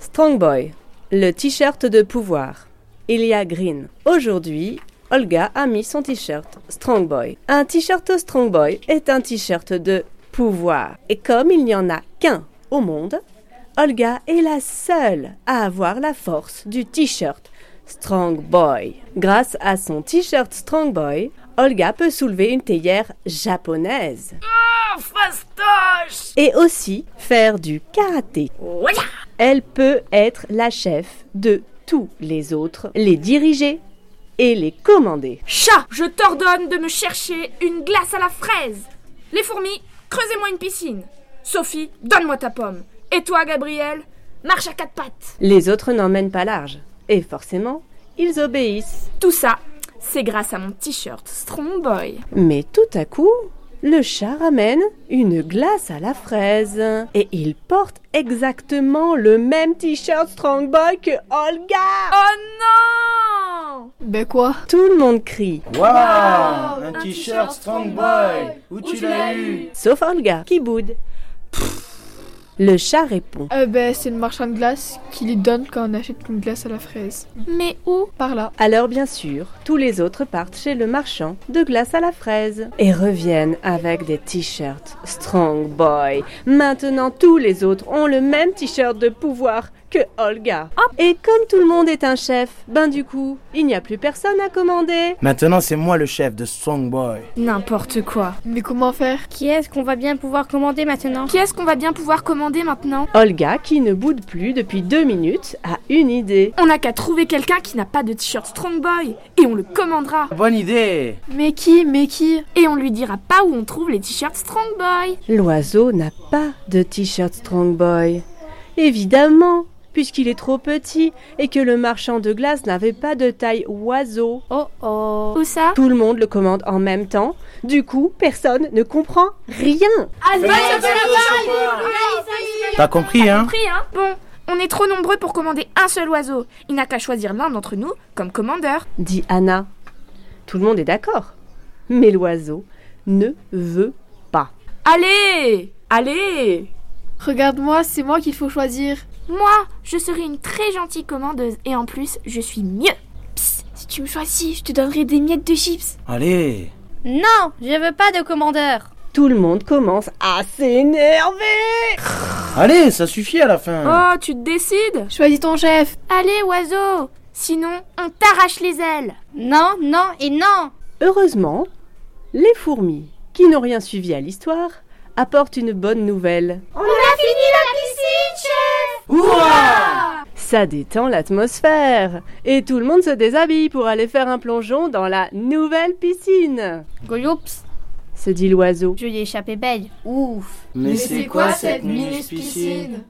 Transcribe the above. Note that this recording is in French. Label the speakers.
Speaker 1: Strongboy, le t-shirt de pouvoir. Il y a Green. Aujourd'hui, Olga a mis son t-shirt Strongboy. Un t-shirt Strongboy est un t-shirt de pouvoir. Et comme il n'y en a qu'un au monde, Olga est la seule à avoir la force du t-shirt Strong Boy. Grâce à son t-shirt Strong Boy, Olga peut soulever une théière japonaise
Speaker 2: Oh, fastoche
Speaker 1: et aussi faire du karaté.
Speaker 2: Ouah
Speaker 1: Elle peut être la chef de tous les autres, les diriger et les commander.
Speaker 2: Chat, je t'ordonne de me chercher une glace à la fraise. Les fourmis, creusez-moi une piscine. Sophie, donne-moi ta pomme. Et toi, Gabriel, marche à quatre pattes.
Speaker 1: Les autres n'emmènent pas large et forcément, ils obéissent.
Speaker 2: Tout ça, c'est grâce à mon t-shirt Strong Boy.
Speaker 1: Mais tout à coup, le chat ramène une glace à la fraise et il porte exactement le même t-shirt Strong Boy que Olga.
Speaker 2: Oh non
Speaker 3: Ben quoi
Speaker 1: Tout le monde crie,
Speaker 4: Waouh Un
Speaker 2: un
Speaker 4: t-shirt
Speaker 2: t-shirt
Speaker 4: Strong
Speaker 2: Strong
Speaker 4: Boy
Speaker 2: Boy.
Speaker 4: Où
Speaker 2: Où
Speaker 4: tu
Speaker 2: tu
Speaker 4: l'as
Speaker 2: l'as
Speaker 4: eu
Speaker 1: sauf Olga qui boude. Le chat répond.
Speaker 3: euh, Ben c'est le marchand de glace qui les donne quand on achète une glace à la fraise.
Speaker 2: Mais où
Speaker 3: Par là.
Speaker 1: Alors bien sûr, tous les autres partent chez le marchand de glace à la fraise et reviennent avec des t-shirts Strong Boy. Maintenant tous les autres ont le même t-shirt de pouvoir que Olga. Et comme tout le monde est un chef, ben du coup, il n'y a plus personne à commander.
Speaker 4: Maintenant, c'est moi le chef de Strong Boy.
Speaker 2: N'importe quoi.
Speaker 3: Mais comment faire
Speaker 5: Qui est-ce qu'on va bien pouvoir commander maintenant
Speaker 2: Qui est-ce qu'on va bien pouvoir commander maintenant
Speaker 1: Olga, qui ne boude plus depuis deux minutes, a une idée.
Speaker 2: On n'a qu'à trouver quelqu'un qui n'a pas de t-shirt Strong Boy et on le commandera.
Speaker 4: Bonne idée
Speaker 3: Mais qui Mais qui
Speaker 2: Et on lui dira pas où on trouve les t-shirts Strong Boy.
Speaker 1: L'oiseau n'a pas de t-shirt Strong Boy. Évidemment, puisqu'il est trop petit et que le marchand de glace n'avait pas de taille oiseau.
Speaker 5: Oh oh
Speaker 2: Où ça
Speaker 1: Tout le monde le commande en même temps. Du coup, personne ne comprend rien.
Speaker 4: T'as compris, hein
Speaker 2: Pris, hein Bon, on est trop nombreux pour commander un seul oiseau. Il n'a qu'à choisir l'un d'entre nous comme commandeur.
Speaker 1: Dit Anna. Tout le monde est d'accord. Mais l'oiseau ne veut pas.
Speaker 2: Allez Allez
Speaker 3: Regarde-moi, c'est moi qu'il faut choisir.
Speaker 2: Moi, je serai une très gentille commandeuse et en plus, je suis mieux. Psst, si tu me choisis, je te donnerai des miettes de chips.
Speaker 4: Allez
Speaker 5: Non, je veux pas de commandeur
Speaker 1: Tout le monde commence à s'énerver.
Speaker 4: Allez, ça suffit à la fin
Speaker 2: Oh, tu te décides
Speaker 3: Choisis ton chef.
Speaker 2: Allez, oiseau Sinon, on t'arrache les ailes.
Speaker 5: Non, non et non
Speaker 1: Heureusement, les fourmis, qui n'ont rien suivi à l'histoire, apportent une bonne nouvelle. Ça détend l'atmosphère. Et tout le monde se déshabille pour aller faire un plongeon dans la nouvelle piscine.
Speaker 5: Goyoups,
Speaker 1: Se dit l'oiseau.
Speaker 5: je lui ai échappé belle. Ouf
Speaker 4: Mais,
Speaker 3: c'est quoi cette mini-piscine